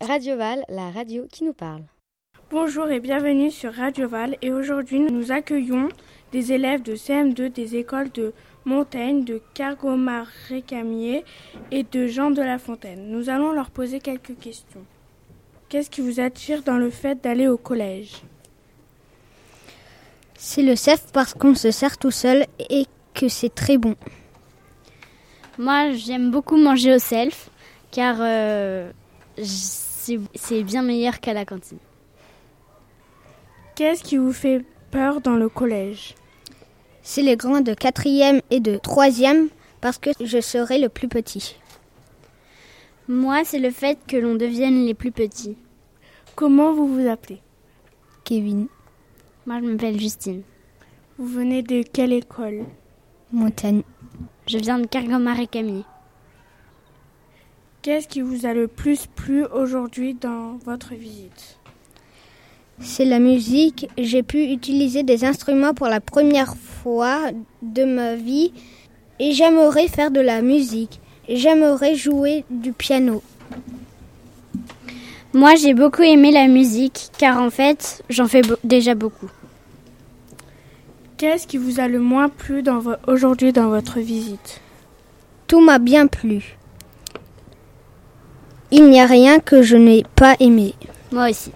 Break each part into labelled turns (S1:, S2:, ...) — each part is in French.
S1: Radioval, la radio qui nous parle.
S2: Bonjour et bienvenue sur Radioval et aujourd'hui nous accueillons des élèves de CM2 des écoles de Montaigne, de Cargomar-Récamier et de Jean de la Fontaine. Nous allons leur poser quelques questions. Qu'est-ce qui vous attire dans le fait d'aller au collège
S3: C'est le chef parce qu'on se sert tout seul et que c'est très bon.
S4: Moi, j'aime beaucoup manger au self car euh, c'est c'est bien meilleur qu'à la cantine.
S2: Qu'est-ce qui vous fait peur dans le collège
S3: C'est les grands de quatrième et de troisième parce que je serai le plus petit.
S4: Moi, c'est le fait que l'on devienne les plus petits.
S2: Comment vous vous appelez
S3: Kevin,
S4: Moi, je m'appelle Justine.
S2: Vous venez de quelle école
S3: Montagne,
S4: Je viens de Cargomar-Récamier.
S2: Qu'est-ce qui vous a le plus plu aujourd'hui dans votre visite
S3: c'est la musique. J'ai pu utiliser des instruments pour la première fois de ma vie et j'aimerais faire de la musique. J'aimerais jouer du piano.
S4: Moi, j'ai beaucoup aimé la musique car en fait, j'en fais bo- déjà beaucoup.
S2: Qu'est-ce qui vous a le moins plu dans vo- aujourd'hui dans votre visite
S3: Tout m'a bien plu. Il n'y a rien que je n'ai pas aimé.
S4: Moi aussi.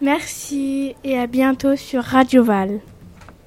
S2: Merci et à bientôt sur Radio Val.